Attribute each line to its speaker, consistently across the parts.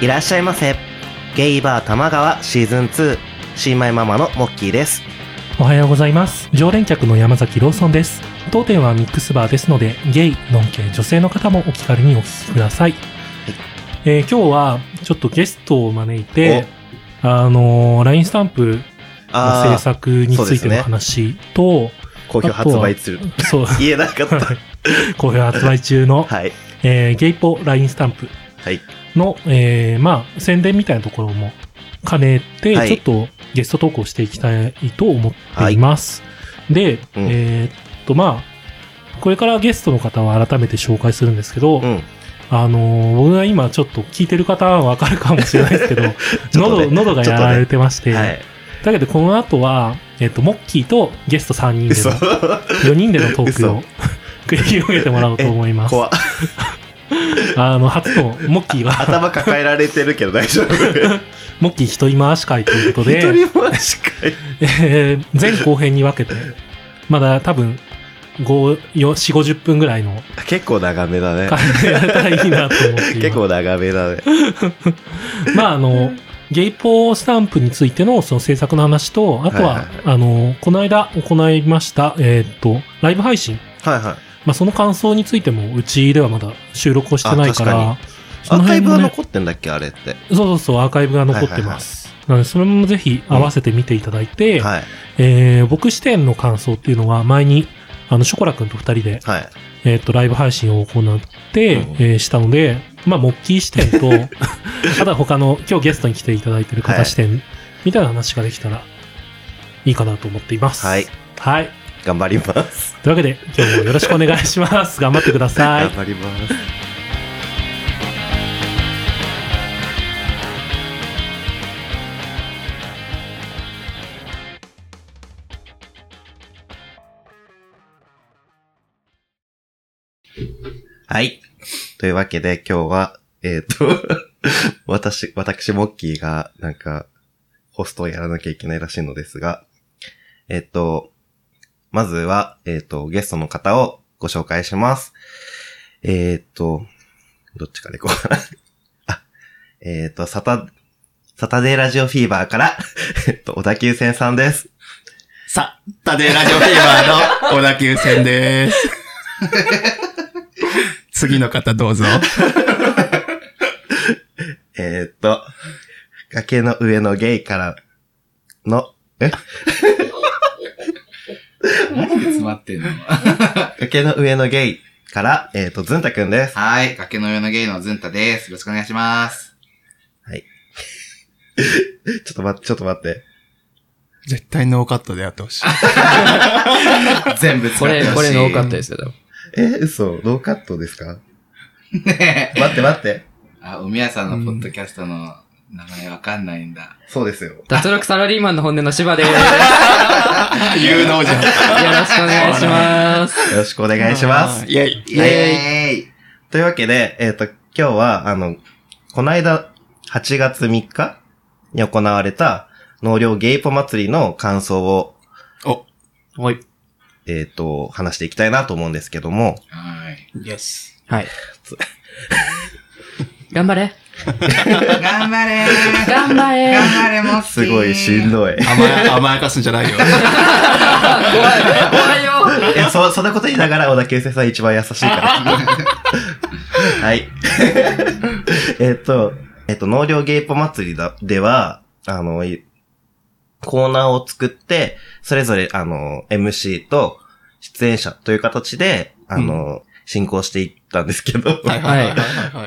Speaker 1: いらっしゃいませ。ゲイバー玉川シーズン2、新米ママのモッキーです。
Speaker 2: おはようございます。常連客の山崎ローソンです。当店はミックスバーですので、ゲイ、ノンケ、女性の方もお気軽にお聞きください。えー今日は、ちょっとゲストを招いて、あのー、LINE スタンプの制
Speaker 1: ああ、
Speaker 2: 作についての話と、
Speaker 1: 好評発売する。
Speaker 2: そう
Speaker 1: 言えなかった。
Speaker 2: 好評発売中の、
Speaker 1: はい。
Speaker 2: えーゲイポ LINE スタンプ
Speaker 1: はい。
Speaker 2: の、えーまあ、宣伝みたいなところも兼ねて、
Speaker 1: はい
Speaker 2: ちょっとゲスト投稿していきたいと思っています。で、
Speaker 1: うん
Speaker 2: えーっと、まあ、これからゲストの方は改めて紹介するんですけど、
Speaker 1: うん。
Speaker 2: あのー僕が今ちょっと聞いてる方はわかるかもしれないですけど、
Speaker 1: ちょっとね
Speaker 2: 喉、喉がやられてまして、
Speaker 1: はい。
Speaker 2: だけどこの後は、えーっと、モッキーとゲスト3人で
Speaker 1: 嘘
Speaker 2: の、。4人でのトークを 繰り広げてもらおうと思います。
Speaker 1: 怖っ
Speaker 2: あの、初のモッキ ーは、
Speaker 1: 頭抱えられてるけど大丈夫。
Speaker 2: モッキー一人回し会ということで、
Speaker 1: 一人もしかい。
Speaker 2: えー 前後編に分けて、まだ多分、5、4、50分ぐらいの
Speaker 1: 結構長めだね。
Speaker 2: 感じでやれたらいいなと思っていま す。
Speaker 1: 結構長めだね。
Speaker 2: まあ、あの、ゲイポースタンプについてのその制作の話と、あとは、
Speaker 1: はいはい
Speaker 2: あの、この間行いました、えーっと、ライブ配信。
Speaker 1: はいはい。
Speaker 2: まあ、その感想についても、うちではまだ収録をしてないから、
Speaker 1: あ
Speaker 2: そ
Speaker 1: ア
Speaker 2: の
Speaker 1: ーカイ
Speaker 2: 辺
Speaker 1: ブ
Speaker 2: も
Speaker 1: は
Speaker 2: ね
Speaker 1: 残ってんだっけあれって。
Speaker 2: そうそうそう、アーカイブが残ってます。なので、それもぜひ合わせて見ていただいて、
Speaker 1: はい。
Speaker 2: えー僕視点の感想っていうのは前に、あの、ショコラ君と二人で、
Speaker 1: はい。
Speaker 2: えーっ、と、ライブ配信を行って、
Speaker 1: うん
Speaker 2: えーしたので、まあ、モッキー視点と、 あとは他の、今日ゲストに来ていただいてる
Speaker 1: は
Speaker 2: 方
Speaker 1: い
Speaker 2: 視点、みたいな話ができたら、いいかなと思っています。
Speaker 1: はい。
Speaker 2: はい。
Speaker 1: 頑張ります。
Speaker 2: というわけで、今日もよろしくお願いします。頑張ってください
Speaker 1: 頑。張ります。はい。というわけで今日は、えっ、と、 私、私、モッキーが、なんか、ホストをやらなきゃいけないらしいのですが、えっ、と、まずは、えっ、と、ゲストの方をご紹介します。えーっと、どっちから行こう かな。あ、えーっと、サタ、サタデーラジオフィーバーから、 えっと、小田急線さんです。
Speaker 3: さ、タデーラジオフィーバーの小田急線 です。次の方どうぞ。
Speaker 1: えーっと、崖の上のゲイからの、え
Speaker 4: 何で詰まってんの
Speaker 1: 崖の上のゲイから、えーっと、ずんたくんです。
Speaker 4: はい、崖の上のゲイのズンタです。よろしくお願いします。
Speaker 1: ちょっと待って、ちょっと待って。
Speaker 3: 絶対ノーカットでやってほしい。
Speaker 4: 全部使
Speaker 5: こ
Speaker 4: ってほし
Speaker 5: れ、
Speaker 4: い。
Speaker 5: これの多かったですよ、多分
Speaker 1: え、嘘ノーカットですか
Speaker 4: ねえ
Speaker 1: 待って待って。
Speaker 4: あ、おみやさんのポッドキャストの名前わかんないんだ。
Speaker 1: そうですよ。
Speaker 5: 脱力サラリーマンの本音の芝 です。よろ
Speaker 3: 有能じゃん。
Speaker 5: しくお願いします。
Speaker 1: よろしくお願いします。
Speaker 3: イェイ。
Speaker 4: イエーイ
Speaker 1: というわけで、えっ、と、今日は、あの、この間、8月3日に行われた、農業ゲイポ祭りの感想を、
Speaker 3: お、
Speaker 5: はい。
Speaker 1: えっ、と、話していきたいなと思うんですけども、
Speaker 4: はい。
Speaker 3: イエス。
Speaker 5: はい。頑張れ。
Speaker 4: 頑張れー
Speaker 5: 頑張れ
Speaker 4: 頑張れ、もっきー
Speaker 1: すごいしんどい。
Speaker 3: 甘や、 甘やかすんじゃないよ。
Speaker 5: 怖いよ。
Speaker 1: え、そ、そんなこと言いながら、小田急生さん一番優しい から。はい。 えっと、えっと、農業ゲイポ祭りだ、では、あの、いコーナーを作って、それぞれ、あの、MC と出演者という形で、あの、進行していったんですけど、
Speaker 3: はいはいはいはいは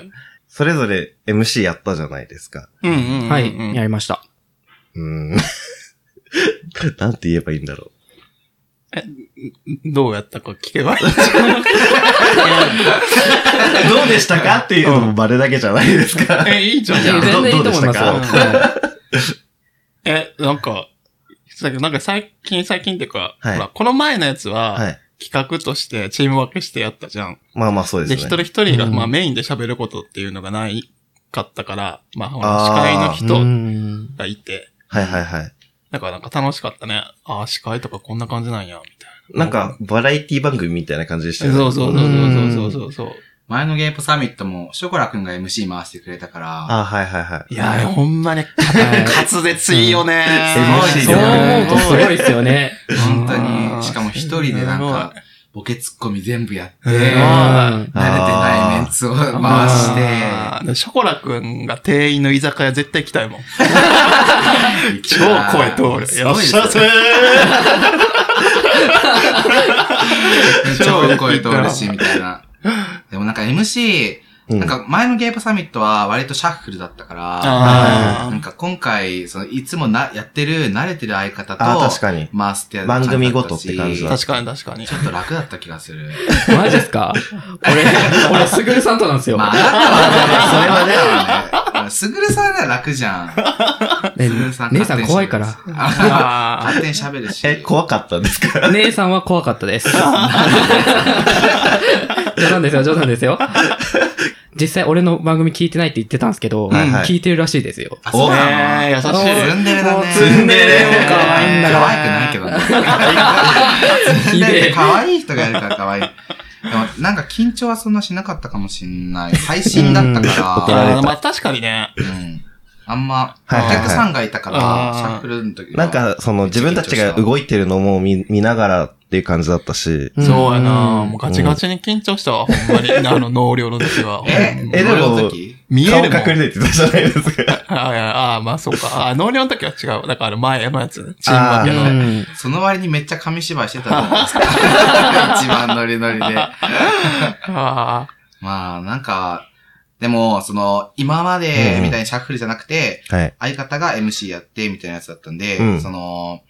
Speaker 3: い。
Speaker 1: それぞれ MC やったじゃないですか。
Speaker 3: うんうんうんうん。
Speaker 5: はい、やりました。
Speaker 1: うーん。 なんて言えばいいんだろ
Speaker 3: どうやったか聞けばいい
Speaker 1: う。 どうでしたかっていうのもバレだけじゃないですか。
Speaker 3: え、 いいじゃん。
Speaker 5: 全
Speaker 1: ど
Speaker 5: 然いいと思いますよ。
Speaker 1: どうで
Speaker 5: は
Speaker 3: え、なんか、だけどなんか最近、最近っていうか、
Speaker 1: はい
Speaker 3: ほら、この前のやつは、
Speaker 1: はい。
Speaker 3: 企画としてチーム分けしてやったじゃん。
Speaker 1: まあまあそうです
Speaker 3: で、
Speaker 1: ね。
Speaker 3: 一人一人が、
Speaker 5: うん
Speaker 3: まあメインで喋ることっていうのがないかったから、まあ、ほ
Speaker 1: あ
Speaker 3: ら
Speaker 1: ー
Speaker 3: 司
Speaker 5: い
Speaker 3: 会の人
Speaker 5: ん。
Speaker 3: がいて、
Speaker 1: はいはいはい。
Speaker 3: だからなんか楽しかったね。ああ、司会とかこんな感じなんや、みたい
Speaker 1: なんか、バラエティ番組みたいな感じでしたよ
Speaker 3: な。
Speaker 1: ね。
Speaker 3: そうそうそううそ
Speaker 5: ん
Speaker 3: うそうそうそう。
Speaker 4: 前のゲーポサミットも、ショコラくんが MC 回してくれたから、
Speaker 1: あ、はいはいはい。
Speaker 3: いやー、ほんまに、
Speaker 5: はい
Speaker 3: 滑舌いいよね
Speaker 4: うん
Speaker 5: そう思うとすごいですよね。
Speaker 4: 本当
Speaker 3: うん
Speaker 4: に、しかも一人でなんか、ボケツッコミ全部やって、慣れて
Speaker 5: うん
Speaker 4: ないメンツを回して、
Speaker 3: て。ショコラくんが店員の居酒屋絶対行きたいもん。超声通る。
Speaker 4: す
Speaker 3: よ
Speaker 4: ご
Speaker 3: っ
Speaker 4: いです
Speaker 3: し
Speaker 4: よ
Speaker 3: ゃせー
Speaker 4: 超声通るし、みたいな。でもなんか MC、
Speaker 1: うん
Speaker 4: なんか前のゲープサミットは割とシャッフルだったから、
Speaker 3: あ
Speaker 4: なん
Speaker 3: ー
Speaker 4: か今回、そのいつもな、やってる、慣れてる相方
Speaker 1: あー、確
Speaker 4: と、
Speaker 1: かに。
Speaker 4: 回すってやつ
Speaker 1: 番組ごとって感じだ
Speaker 4: ちょ
Speaker 3: 確かに確かに。
Speaker 4: っと楽だった気が する。
Speaker 5: マジですか 俺、俺、すぐるさんとなんですよ。
Speaker 4: まあ、あなたはね、それはね、すぐるさんは楽じゃん。
Speaker 5: ね
Speaker 4: すぐるさん
Speaker 5: 姉さん怖いから。
Speaker 3: あ
Speaker 4: 勝手に喋るし。
Speaker 1: え、怖かったんですか
Speaker 5: 姉さんは怖かった です。冗談ですよ、冗談ですよ。実際俺の番組聞いてないって言ってたんですけど、
Speaker 1: はいはい
Speaker 5: 聞いてるらしいですよ。
Speaker 4: あ、そうなの
Speaker 3: ねえ優しい
Speaker 4: ツンデレだね。
Speaker 5: ツンデレも可愛いんだから
Speaker 4: 可愛くないけどね。 ツンデレって 可愛い人がいるから可愛い。でも、なんか緊張はそんなしなかったかもしんない。最新だった
Speaker 1: 怒られ
Speaker 4: か
Speaker 3: あ
Speaker 1: た
Speaker 3: ー。まあ確かにね。
Speaker 4: ら。うん。あんま、お
Speaker 1: はいはいはい
Speaker 4: 客さんがいたから、
Speaker 3: あー
Speaker 4: シャッフルの時は
Speaker 1: なん、か、その自分たちが動いてるのも見見ながらっていう感じだったし。
Speaker 3: そうやなもう
Speaker 5: う
Speaker 3: ガチガチに緊張したわ、ほんまに。あの、納涼の時は。
Speaker 4: え、
Speaker 1: えでも
Speaker 4: どういう時
Speaker 3: 見えるもん
Speaker 1: 顔。隠れてたじゃないですか。
Speaker 3: あいやあー、まあそうか。あ、納涼の時は違う。だからあの前のやつ。チームワーク
Speaker 5: う
Speaker 3: やの。
Speaker 5: ん。
Speaker 4: その割にめっちゃ紙芝居してた じゃないですか。一番ノリノリで。
Speaker 3: あ
Speaker 4: まあ、なんか、でも、その、今までみたいにシャッフルじゃなくて、
Speaker 1: はい。
Speaker 4: 相方が MC やって、みたいなやつだったんで、
Speaker 1: うん
Speaker 4: その、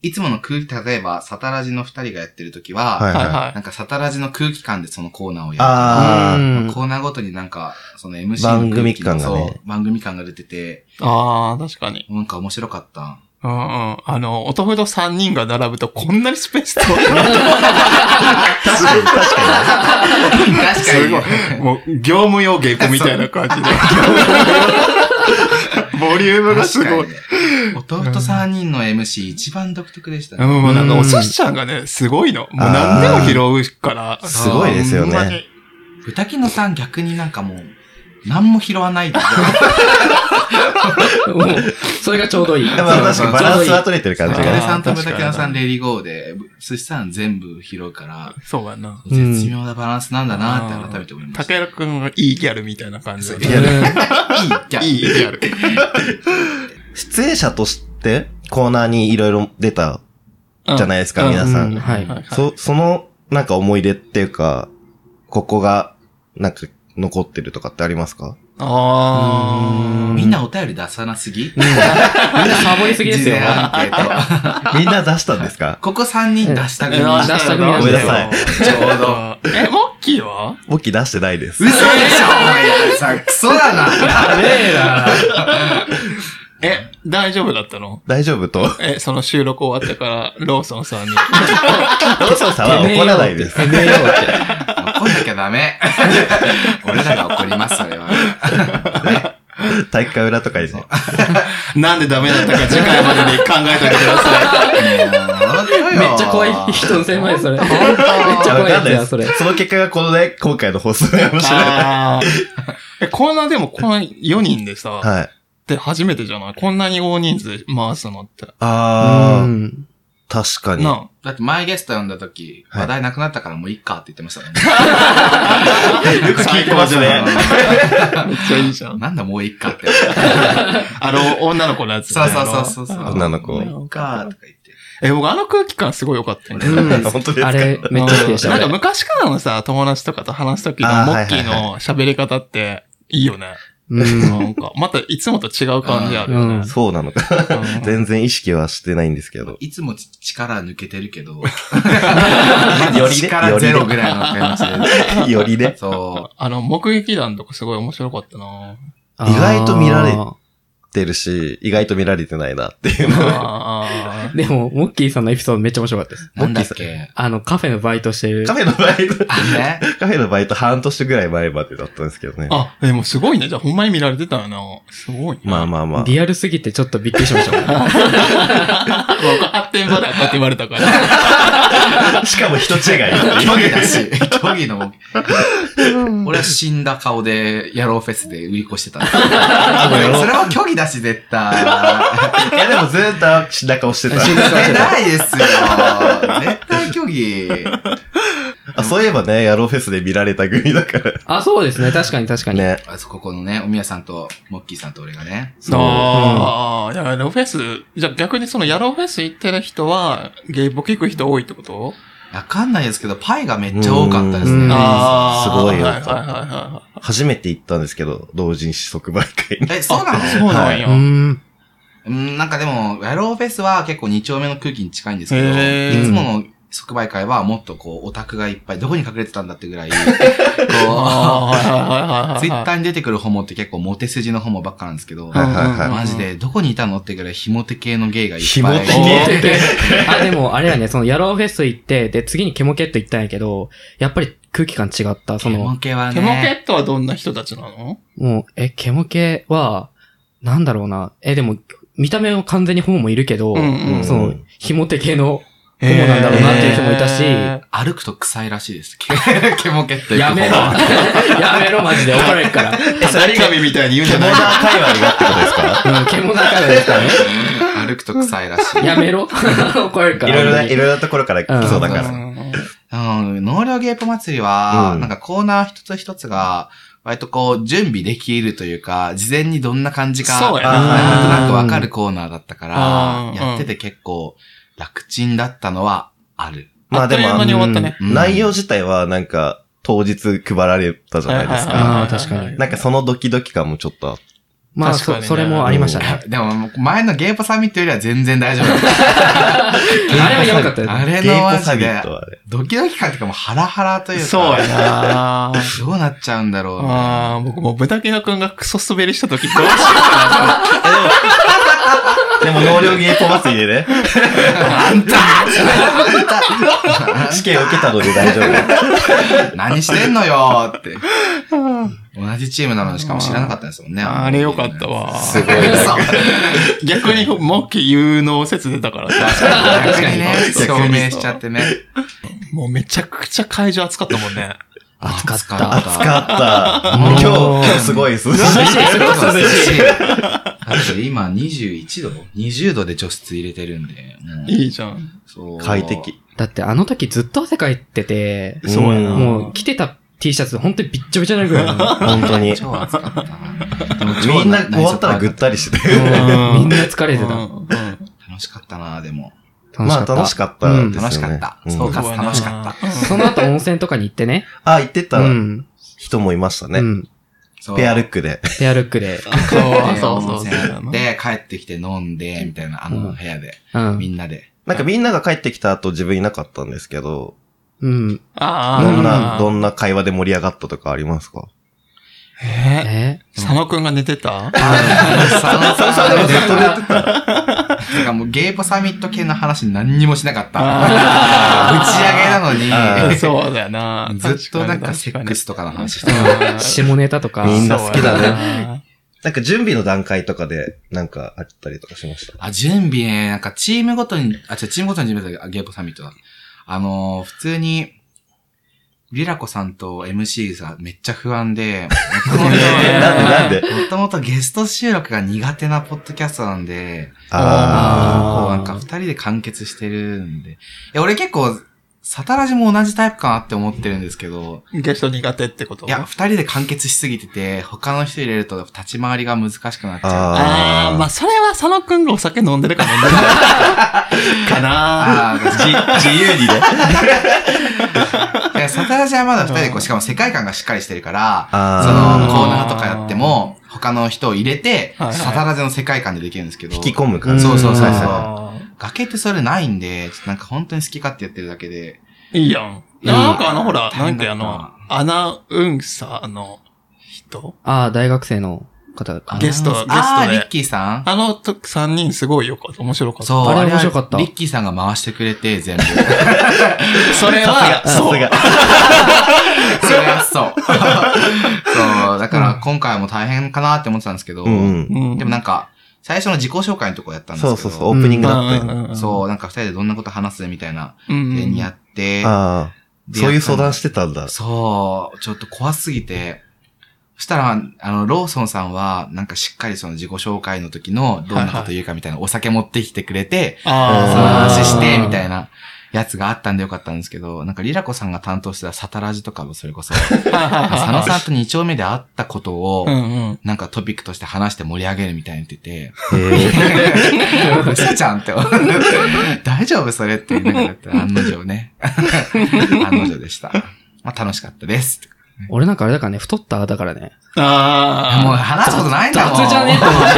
Speaker 4: いつもの空気、例えば、サタラジの二人がやってる時は、
Speaker 1: は
Speaker 3: あ、
Speaker 1: い
Speaker 3: はいはい。
Speaker 4: なんかサタラジの空気感でそのコーナーをやる。
Speaker 1: あー。
Speaker 4: コーナーごとになんか、その MC の
Speaker 1: 番組感がね
Speaker 4: そう番組感が出てて、
Speaker 3: ああ、確かに。
Speaker 4: なんか面白かった。
Speaker 3: うんうん。あの、お豆腐と3人が並ぶとこんなにスペース取る。
Speaker 1: 確かに、確か
Speaker 4: 確かに。
Speaker 3: すごい。もう、業務用芸妓みたいな感じで。ボリュームがすごい。
Speaker 4: 確かに。弟三人の MC 一番独特でした
Speaker 3: う
Speaker 4: ね。
Speaker 3: ん、もうなんか、お寿司ちゃんがね、すごいの。もう何でも拾うから。
Speaker 1: に。すごいですよ
Speaker 3: ほんまに
Speaker 1: ね。。
Speaker 4: 豚キノさん逆になんかもう、何も拾わな いで。
Speaker 5: もう、それがちょうどいい。
Speaker 1: でも確かにバランスは取れてる感じ
Speaker 4: 中根
Speaker 1: が。
Speaker 4: さんと豚キノさんレリゴーで、寿司さん全部拾うから、
Speaker 3: そうやな。
Speaker 5: うん
Speaker 4: 絶妙なバランスなんだなって改めて思いました。
Speaker 3: 竹原くんがいいギャルみたいな感じだね
Speaker 1: いや
Speaker 4: いいギャ
Speaker 3: いいギャル。
Speaker 1: 出演者としてコーナーにいろいろ出た
Speaker 3: うん
Speaker 1: じゃないですか、皆さ
Speaker 5: うん
Speaker 1: ん。
Speaker 5: はい。
Speaker 3: はいはい
Speaker 1: そ、その、なんか思い出っていうか、ここが、なんか残ってるとかってありますか
Speaker 3: あー
Speaker 5: う
Speaker 4: みんなお便り出さなすぎ
Speaker 5: みんなサボりすぎですよ
Speaker 4: 事。前アンケート
Speaker 1: みんな出したんですか
Speaker 4: ここ3人出した組。
Speaker 5: うん出した組なん
Speaker 1: だよ
Speaker 3: ちょうど。 え、モッキーは
Speaker 1: 簿記出してないです
Speaker 4: 嘘。でしょお前さ、クソだな。
Speaker 5: ねえな。
Speaker 3: え、大丈夫だったの
Speaker 1: 大丈夫と。
Speaker 3: え、その収録終わってから、ローソンさんに。
Speaker 1: 嘘さんは怒らないです。
Speaker 5: てめえよって。
Speaker 4: 怒んなきゃダメ。俺らが怒ります、それは。
Speaker 1: 体育会裏とかにね。
Speaker 3: なんでダメだったか次回までに考えておいてください。
Speaker 5: め
Speaker 4: め
Speaker 5: っちゃ怖い人の狭いそれ。めっちゃ
Speaker 1: あわ
Speaker 5: 怖
Speaker 1: か
Speaker 5: いや
Speaker 1: んな
Speaker 5: つ
Speaker 1: いで
Speaker 5: や、
Speaker 1: す。
Speaker 5: それ。
Speaker 1: その結果がこのね、今回の放送で面白い。
Speaker 3: あーえ、こんなでも、この4人でさ、っ
Speaker 1: はい。
Speaker 3: て初めてじゃないこんなに大人数回すのって。
Speaker 1: あー、
Speaker 5: うん
Speaker 1: 確かに。
Speaker 3: な
Speaker 4: だって前ゲスト呼んだ時、
Speaker 1: はい
Speaker 4: 話題なくなったからもういっかって言ってましたもんね。
Speaker 1: よく聞いてますね。
Speaker 3: あめっちゃいいじゃ
Speaker 4: うん
Speaker 3: ん。
Speaker 4: なんだもういっかって。
Speaker 3: あの、女の子のやつ。
Speaker 4: そうそうそうそうそう。
Speaker 1: 女の子
Speaker 4: もういっかとか言って。
Speaker 3: え、僕あの空気感すごい良かったんだよ。
Speaker 5: うん
Speaker 1: 本当ですか
Speaker 5: あれ、めっちゃ好きでした。
Speaker 3: なんか
Speaker 5: 俺
Speaker 3: 昔からのさ、友達とかと話すときの
Speaker 1: あー
Speaker 3: モッキー
Speaker 1: はいはい
Speaker 3: の喋り方っていいよね。
Speaker 5: うん
Speaker 3: なんか、またいつもと違う感じある
Speaker 5: う
Speaker 3: よね。
Speaker 5: ん。
Speaker 1: そうなのか。
Speaker 3: うん
Speaker 1: 全然意識はしてないんですけど。
Speaker 4: いつもち力抜けてるけ ど、
Speaker 1: よりね
Speaker 4: 力ゼロぐらいの感じで。
Speaker 1: よりね。
Speaker 4: そ
Speaker 3: あの、目撃談とかすごい面白かったな
Speaker 1: 意外と見られてるし、意外と見られてないなっていうのは。
Speaker 3: あ
Speaker 5: でも、モッキーさんのエピソードめっちゃ面白かったです。
Speaker 4: なんだっけ
Speaker 5: あの、カフェのバイトしてる。
Speaker 1: カフェのバイト、
Speaker 4: あね。
Speaker 1: カフェのバイト半年ぐらい前までだったんですけどね
Speaker 3: ー。あ、でもすごいね。じゃあほんまに見られてたよな。すごいな。
Speaker 1: まあまあまあ。
Speaker 5: リアルすぎてちょっとびっくりしましたもん。
Speaker 3: 発展場だよって言われたか ら。
Speaker 1: しかも人違いって いう
Speaker 4: 虚偽だし、虚偽の。俺は死んだ顔で、野郎フェスで売り越してたんだけどそれは虚偽だし、絶対。
Speaker 1: いやでもずーっと死んだ顔してた。
Speaker 4: え、ないですよ。絶対虚偽。
Speaker 1: あそういえばね、ヤローフェスで見られた組だから。
Speaker 5: あ、そうですね。確かに確かに。
Speaker 1: ね。
Speaker 4: あそここのね、おみやさんと、モッキーさんと俺がね。
Speaker 3: ああ、いや、ヤローフェス、じゃあ逆にそのヤローフェス行ってる人は、ゲイボ聞く人多いってこと
Speaker 4: わかんないですけど、パイがめっちゃ多かったです
Speaker 5: うん
Speaker 4: ね。
Speaker 3: あ
Speaker 1: す
Speaker 3: あ、
Speaker 1: ごいよ
Speaker 3: はいはいはいは
Speaker 1: 初めて行ったんですけど、同人誌即売会に。
Speaker 4: え、そうなの
Speaker 3: い。そうなん
Speaker 5: う
Speaker 3: や。
Speaker 5: ーん。
Speaker 4: うん、なんかでも、野郎フェスは結構2丁目の空気に近いんですけど、
Speaker 3: へ
Speaker 4: い
Speaker 3: ー
Speaker 4: つもの即売会はもっとこう、オタクがいっぱい、どこに隠れてたんだってぐらい、こう、
Speaker 3: あー
Speaker 4: ツイッターに出てくるホモって結構モテ筋のホモばっかなんですけど、
Speaker 1: はいはいはい。
Speaker 4: マジで、どこにいたのってぐらい、ひもて系のゲイがいっぱい。
Speaker 1: ひもて
Speaker 3: 系
Speaker 5: 思ってて。あ、でも、あれやね、その、ヤローフェス行って、で、次にケモケット行ったんやけど、やっぱり空気感違った。そ
Speaker 4: ケモ
Speaker 5: の、
Speaker 4: 系はね。
Speaker 3: ケモケットはどんな人たちなの
Speaker 5: もう、え、ケモケは、なんだろうな。え、でも、見た目は完全にホモもいるけど、
Speaker 1: ん
Speaker 5: その、ひもて系の、
Speaker 3: ホ
Speaker 5: モなんだろうなっていう人もいたし
Speaker 4: 歩くと臭いらしいです。 ケケモケット。
Speaker 5: や めろやめろ、マジで。怒られるから。
Speaker 3: 飾り紙みたいに言うんじ
Speaker 1: モ
Speaker 3: ゃ
Speaker 1: ーダ
Speaker 3: ない
Speaker 1: ー界隈がってことです か
Speaker 5: うん、ケモだからですからね。
Speaker 4: 歩くと臭いらしい。
Speaker 5: や めろ 怒られるか
Speaker 1: い
Speaker 5: ら。
Speaker 1: ろいろね、いろいろなところから来そうだから。
Speaker 4: うん、農業ゲープ祭りは、
Speaker 1: うん
Speaker 4: なんかコーナー一つ一つが、割とこう、準備できるというか、事前にどんな感じか、
Speaker 3: そうやな
Speaker 4: なんとなくわかるコーナーだったか
Speaker 3: う
Speaker 4: ら
Speaker 3: ん、
Speaker 4: やってて結構、楽ちんだったのは、ある。
Speaker 1: ま
Speaker 3: あ
Speaker 1: あ
Speaker 3: っと
Speaker 1: で
Speaker 3: いう
Speaker 1: も、
Speaker 3: 間
Speaker 1: あ
Speaker 3: に終
Speaker 1: の
Speaker 3: わったね。
Speaker 4: うん
Speaker 1: 内容自体はなんか、当日配られたじゃないです
Speaker 3: はいはい
Speaker 1: か。
Speaker 3: は
Speaker 5: ああ、確かに。
Speaker 1: なんかそのドキドキ感もちょっとあって。
Speaker 5: まあ、
Speaker 3: 確かに
Speaker 5: そ
Speaker 3: ね
Speaker 5: それもありましたね。
Speaker 4: でも、前のゲープサミットよりは全然大丈夫 だった。
Speaker 5: あれはやばかったよ
Speaker 4: あ
Speaker 5: ね。
Speaker 4: れ
Speaker 1: ゲイ
Speaker 4: のマ
Speaker 1: ポサミ
Speaker 4: ジで
Speaker 1: ット、はね。
Speaker 4: ドキドキ感っていうかもうハラハラというか、
Speaker 3: そうやな。
Speaker 4: どうなっちゃうんだろうな。
Speaker 3: ああ、僕もう豚キノ君がクソ滑りした時どうしようかな。
Speaker 1: でも、農業ゲイポ祭りでね、 試験受けたので大丈 夫。
Speaker 4: 何してんのよーって。同じチームなのにしかも知らなかったですもんね。
Speaker 3: あれよかった。わ。
Speaker 1: すごいね。
Speaker 4: 嘘
Speaker 3: 逆に、モッキー有能説出たからね。
Speaker 4: 確かにね、証明しちゃってね。
Speaker 3: もうめちゃくちゃ会場暑かったもんね。
Speaker 5: 暑かっ
Speaker 4: 暑か
Speaker 5: た。
Speaker 1: 暑かった。
Speaker 5: もう
Speaker 1: 今日、今日すごい涼しい。
Speaker 4: 涼しい。だって今21度 ?20 度で除湿入れてるんで。うん
Speaker 3: いいじゃん。
Speaker 4: そう
Speaker 1: 快。適。
Speaker 5: だってあの時ずっと汗かいてて、
Speaker 3: そうやな。
Speaker 5: もう着てた T シャツ本当にびっちょびちょになるぐらいなの
Speaker 1: 本当に。
Speaker 4: 超暑かったな。
Speaker 1: みんな終わったらぐったりしてて。
Speaker 5: うんみんな疲れて
Speaker 3: う
Speaker 5: た。
Speaker 3: ん
Speaker 4: 楽しかったな、でも。
Speaker 1: まあ楽し
Speaker 5: か
Speaker 1: かったですよね。
Speaker 4: 楽しかった。
Speaker 1: ん
Speaker 4: そうか、楽しかった。
Speaker 3: た。
Speaker 5: った。その後温泉とかに行ってね。
Speaker 1: あ、行ってた
Speaker 5: うん。
Speaker 1: 人もいました
Speaker 5: う
Speaker 1: ね。
Speaker 5: ん。
Speaker 4: そう
Speaker 1: ペアルックで。
Speaker 5: ペアルックで。
Speaker 3: そう
Speaker 4: で
Speaker 3: そう
Speaker 4: 温
Speaker 3: そう
Speaker 4: 泉
Speaker 3: そう。
Speaker 4: 行って帰ってきて飲んで、みたいな、あの部屋で、
Speaker 5: う
Speaker 4: み
Speaker 5: ん。
Speaker 4: んなで。
Speaker 1: なんかみんなが帰ってきた後自分いなかったんですけど、
Speaker 5: うん。
Speaker 3: あ
Speaker 1: ど
Speaker 3: あ、
Speaker 1: んな、
Speaker 3: あ
Speaker 1: どんな会話で盛り上がったとかありますか
Speaker 3: え
Speaker 5: え
Speaker 3: 佐野くんが寝て た
Speaker 4: サノさんサノさんだからもうゲーポサミット系の話何にもしなかった。
Speaker 3: あ
Speaker 4: 打ち上げなの
Speaker 1: あ
Speaker 4: に、
Speaker 3: そうだよな。
Speaker 4: ずっとなんかセックスとかの話してた。
Speaker 3: 確かに。
Speaker 5: 下ネタとか。
Speaker 1: みんな好きだね
Speaker 3: ね。
Speaker 1: なんか準備の段階とかでなんかあったりとかしました。
Speaker 4: あ、準備ね、なんかチームごとに、あ、違う、チームごとに準備だゲーポサミットだ。あのー、普通に、リラコさんと MC さんめっちゃ不安で、
Speaker 1: えーなんでなんで
Speaker 4: もともとゲスト収録が苦手なポッドキャストなんで、
Speaker 1: あ
Speaker 5: ー
Speaker 4: こうなんか二人で完結してるんで。いや、俺結構、サタラジも同じタイプかなって思ってるんですけど、
Speaker 3: ゲスト苦手ってこと
Speaker 4: いや、二人で完結しすぎてて、他の人入れると立ち回りが難しくなっちゃう。
Speaker 1: あ
Speaker 3: あ
Speaker 1: ー
Speaker 3: あ、まあ、それは佐野くんがお酒飲んでるか 飲んでないかかな
Speaker 4: ああ、
Speaker 1: じ自由にね。
Speaker 4: いや、サタラジはまだ二人でこう、しかも世界観がしっかりしてるから、その
Speaker 1: あ
Speaker 4: コーナーとかやっても、他の人を入れて、
Speaker 3: はいはい
Speaker 4: サタラジの世界観でできるんですけど、
Speaker 1: ー引き込む感じ。
Speaker 4: そうそうそうそう。
Speaker 3: あ
Speaker 4: 崖ってそれないんで、ちょっとなんか本当に好き勝手やってるだけで、
Speaker 3: ーいいやん。
Speaker 5: いい
Speaker 3: なんかあの、ほら、
Speaker 4: 大
Speaker 3: な
Speaker 4: 変
Speaker 3: ん
Speaker 4: だ
Speaker 3: かあ
Speaker 4: な
Speaker 3: の、アナウンサーの人
Speaker 5: ああ、大学生の。方が、
Speaker 3: ゲスト、ゲストで。
Speaker 4: あー、リッキーさん
Speaker 3: あのと3人すごいよかった。面白かった。
Speaker 4: そう、
Speaker 5: あれ面白かった
Speaker 4: あれはリッキーさんが回してくれて、全部。そ
Speaker 3: それは、
Speaker 1: さ
Speaker 3: そう
Speaker 1: すが。
Speaker 4: りゃそう。 そう、だから今回も大変かなって思ってたんですけど、
Speaker 1: うんうん。
Speaker 3: うん
Speaker 4: でもなんか、最初の自己紹介のとこやったんですけ
Speaker 1: そ
Speaker 4: ど、
Speaker 1: うそうそう、オープニングだったよ。
Speaker 3: うん
Speaker 4: そう、なんか二人でどんなこと話すみたいな、
Speaker 3: うんうん
Speaker 4: でにやって、
Speaker 1: ああ、
Speaker 4: で
Speaker 1: そういう相談してたんだ。
Speaker 4: そう、ちょっと怖すぎて、そしたら、あの、ローソンさんは、なんかしっかりその自己紹介の時の、どんなこと言うかみたいな、お酒持ってきてくれて、その
Speaker 3: あ
Speaker 4: 話
Speaker 5: あー
Speaker 4: して、みたいな。やつがあったんでよかったんですけど、なんかリラコさんが担当してたサタラジとかもそれこそ、
Speaker 3: あ。はいはい
Speaker 4: 佐
Speaker 3: は
Speaker 4: 野さんと二丁目で会ったことを
Speaker 3: い。う、んうん。
Speaker 4: なんかトピックとして話して盛り上げるみたいに言って
Speaker 1: へ
Speaker 4: て、
Speaker 1: え
Speaker 4: 嘘ちゃんって。 大丈夫それって言いながらやったら案の定 ね。案の定でした。まあ楽しかったです。
Speaker 5: 俺なんかあれだからね、太っただからね。
Speaker 3: ああ。
Speaker 4: もう話すことないんだもん。
Speaker 5: 雑じゃねえと思って。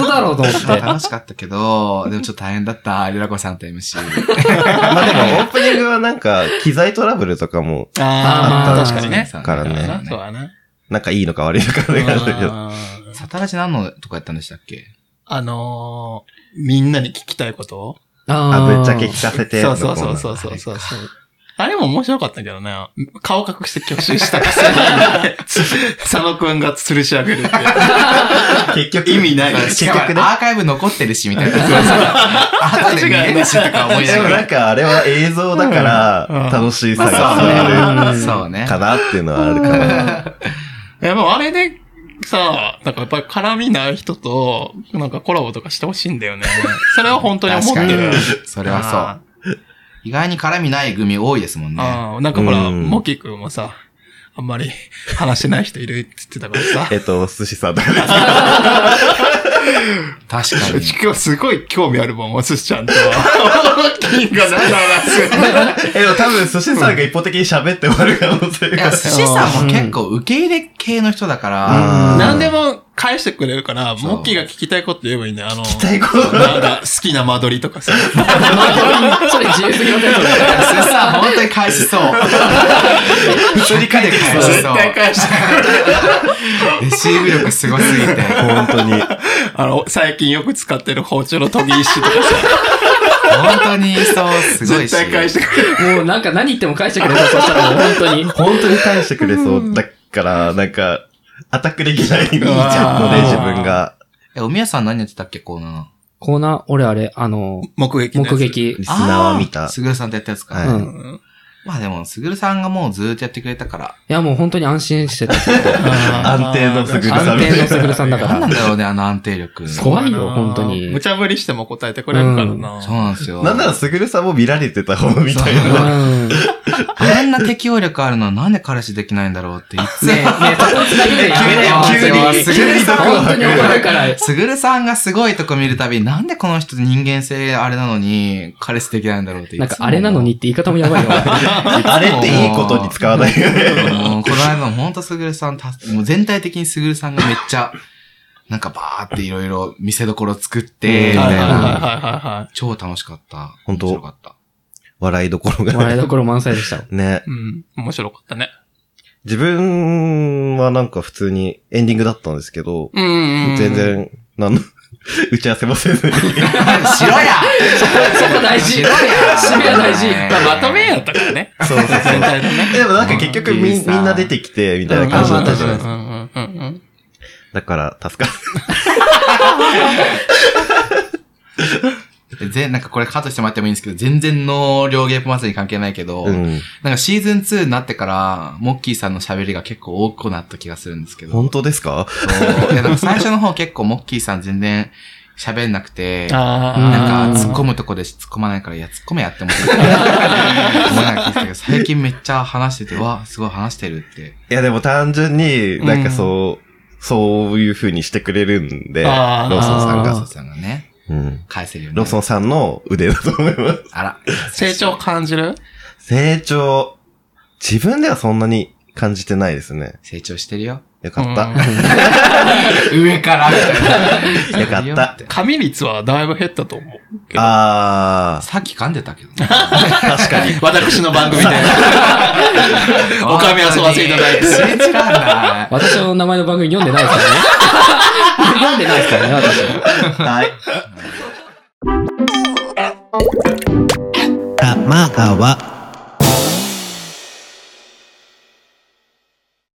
Speaker 5: 雑だろうと思っ
Speaker 4: まあ
Speaker 5: て。
Speaker 4: 楽しかったけど、でもちょっと大変だった。リラコさんと MC。
Speaker 1: まあでも、オープニングはなんか、機材トラブルとかも、
Speaker 3: あ
Speaker 5: あ
Speaker 3: あ、
Speaker 5: ー
Speaker 3: 確かにね。
Speaker 4: そう
Speaker 1: からね
Speaker 3: そうだね。
Speaker 1: なんかいいのか悪いのかわかんないけど。
Speaker 3: あー
Speaker 4: サタラジ何のとこやったんでしたっけ
Speaker 3: あのー、みんなに聞きたいことを
Speaker 5: あ
Speaker 1: あ、
Speaker 5: ー
Speaker 1: ぶっちゃけ聞かせて。
Speaker 3: そうそうそうそう
Speaker 1: う。
Speaker 3: そうそうそう。あれも面白かったけどね。顔隠して挙手したくせに、佐野くんが吊るし上げるって。
Speaker 1: 結局、
Speaker 3: 意味ない
Speaker 1: 結
Speaker 4: しかも
Speaker 1: 局ね。
Speaker 4: アーカイブ残ってるし、みたいな。後で見えるし、とか思いな
Speaker 1: でも
Speaker 4: が
Speaker 1: なんかあれは映像だから、楽しいさが伝わ
Speaker 4: ら。
Speaker 5: うん
Speaker 4: そうね
Speaker 1: る。かなっていうのはあるかな。
Speaker 3: いや、でも あれで、さなんかやっぱり絡みない人と、なんかコラボとかしてほしいんだよね。それは本当に思っ
Speaker 4: 確か
Speaker 3: て
Speaker 4: に
Speaker 3: る。。
Speaker 4: それは
Speaker 3: う。
Speaker 4: そう。意外に絡みない組多いですもんね。
Speaker 3: ああ、なんかほら、
Speaker 1: うん
Speaker 3: モキ君もさ、あんまり話してない人いるって言ってたからさ。
Speaker 1: えっと、寿司さんだね。
Speaker 4: 確かに。
Speaker 3: 今日すごい興味あるもん、お寿司ちゃんと は。金が何の話
Speaker 1: え、でも多分寿司さんが一方的に喋って終わる可能性
Speaker 4: いや、
Speaker 1: が。
Speaker 4: 寿司さんも結構受け入れ系の人だから、
Speaker 1: うん
Speaker 3: 何でも返してくれるから、
Speaker 4: そう
Speaker 3: モッキーが聞きたいこと言えばいいんだよ。あの、聞き
Speaker 1: たいこと
Speaker 3: なんか好きな間取りとかさ。
Speaker 5: それ自由すぎませんそ
Speaker 4: い
Speaker 5: れ
Speaker 4: や寿司さん本当に返しそう。普通に返して返しそう。
Speaker 3: 返してくれる。
Speaker 4: レシーブ力すごすぎて。
Speaker 1: 本当に。
Speaker 3: あの、最近よく使ってる包丁の研ぎ石とかさ、
Speaker 4: 本当にそう、すご
Speaker 3: 絶
Speaker 4: いし。
Speaker 3: 対返してくれる。
Speaker 5: もうなんか何言っても返してくれたそしたらもう本当に。
Speaker 1: 本当に返してくれそう。だから、なんか、アタックできないので、自分が。
Speaker 4: え、おみやさん何やってたっけ、コーナー。
Speaker 5: コーナー、俺あれ、あの、
Speaker 3: 目撃のやつ
Speaker 5: 目。撃
Speaker 1: リ。スナーは見た。
Speaker 4: すぐるさんとやったやつか。
Speaker 1: は
Speaker 5: う
Speaker 1: い
Speaker 5: ん。い
Speaker 3: うん
Speaker 4: まあでも、すぐるさんがもうずーっとやってくれたから。
Speaker 5: やもう本当に安心してた。
Speaker 1: 安定のすぐるさ
Speaker 5: 安
Speaker 1: んみ
Speaker 5: 定
Speaker 1: た
Speaker 5: の
Speaker 1: い
Speaker 5: すぐるさんだ か
Speaker 4: なんな
Speaker 5: ら
Speaker 4: ん。だろうね、あの安定力。
Speaker 5: そう怖いよ本当に
Speaker 3: 無茶ぶりしても答えてくれるからな。
Speaker 4: そうなんですよ。
Speaker 1: な。なんならすぐるさんも見られてた方みたい
Speaker 5: うん。
Speaker 1: な。
Speaker 5: ね
Speaker 4: あんな適応力あるのはなんで彼氏できないんだろうっていつ
Speaker 5: え、
Speaker 4: も
Speaker 5: ねえ、そこつなげてや
Speaker 4: 急に
Speaker 5: めよう
Speaker 4: 急に急に
Speaker 5: 本当に怒るから。
Speaker 4: すぐるさんがすごいとこ見るたび、なんでこの人人間性あれなのに、彼氏できないんだろうっていつも
Speaker 5: なんかあれなのにっ。て言い方もやばいよ。
Speaker 1: あれっていいことに使わないよね。
Speaker 4: もうこの間もほんとすぐるさんた、もう全体的にすぐるさんがめっちゃ、なんかバーっていろいろ見せどころ作っ
Speaker 3: は
Speaker 4: て、み
Speaker 3: い
Speaker 4: た
Speaker 3: はいいはい
Speaker 4: な。
Speaker 3: はいはい。
Speaker 4: 超楽しかった。
Speaker 1: ほんと
Speaker 4: 面白かった。
Speaker 1: 笑いどころ
Speaker 5: 笑
Speaker 1: が。
Speaker 5: いどころ満載でした。
Speaker 1: ね。
Speaker 3: うん。面白かったね。
Speaker 1: 自分はなんか普通にエンディングだったんですけど、
Speaker 3: うんうんうん。
Speaker 1: 全。然、なんの、 打ち合わせもせずに。
Speaker 4: しろや
Speaker 5: そこ大
Speaker 4: し
Speaker 5: 事。
Speaker 4: ろや
Speaker 5: 締めは大事。
Speaker 3: まあ、まとめやったからね。
Speaker 1: そうそうそう
Speaker 3: 全。体のね。
Speaker 1: でもなんか結局みみんな出てきて、みたいな感じだったじゃないですか。
Speaker 3: うんうんうんうん。
Speaker 1: だから、助かる。
Speaker 4: 全、なんかこれカットしてもらってもいいんですけど、全然の両ゲープ祭り関係ないけど、
Speaker 1: うん。
Speaker 4: なんかシーズン2になってから、モッキーさんの喋りが結構多くなった気がするんですけど。
Speaker 1: 本当ですか
Speaker 4: そういや、なんか最初の方結構モッキーさん全然喋んなくて、
Speaker 3: あ
Speaker 4: な
Speaker 3: あ。
Speaker 4: んか突っ込むとこで突っ込まないから、いや、突っ込めやって思 って思わなかったけど、最近めっちゃ話してて、わ、すごい話してるって。
Speaker 1: いやでも単純に、なんかそう、そういう風にしてくれるんで、ロ
Speaker 3: あー
Speaker 1: ーソンさん
Speaker 4: ローソ
Speaker 1: が
Speaker 4: ン。さんがね、
Speaker 1: うん
Speaker 4: 返せるよね。
Speaker 1: ローソンさんの腕だと思います。
Speaker 4: あら。
Speaker 3: 成長感じる
Speaker 1: 成長。自分ではそんなに感じてないですね。
Speaker 4: 成長してるよ。
Speaker 1: よかった。
Speaker 3: うん
Speaker 4: 上から みたいな。
Speaker 1: よかった
Speaker 4: いいて
Speaker 3: 紙率はだいぶ減ったと思うけど。
Speaker 1: あー、
Speaker 4: さっき噛んでたけどね。
Speaker 1: 確かに。
Speaker 3: 私の番組で。お金遊ばせていただいて。
Speaker 4: 信じらんない。
Speaker 5: 私の名前の番組読んでないですからね。読んでないですからね、私。
Speaker 1: はい。玉川。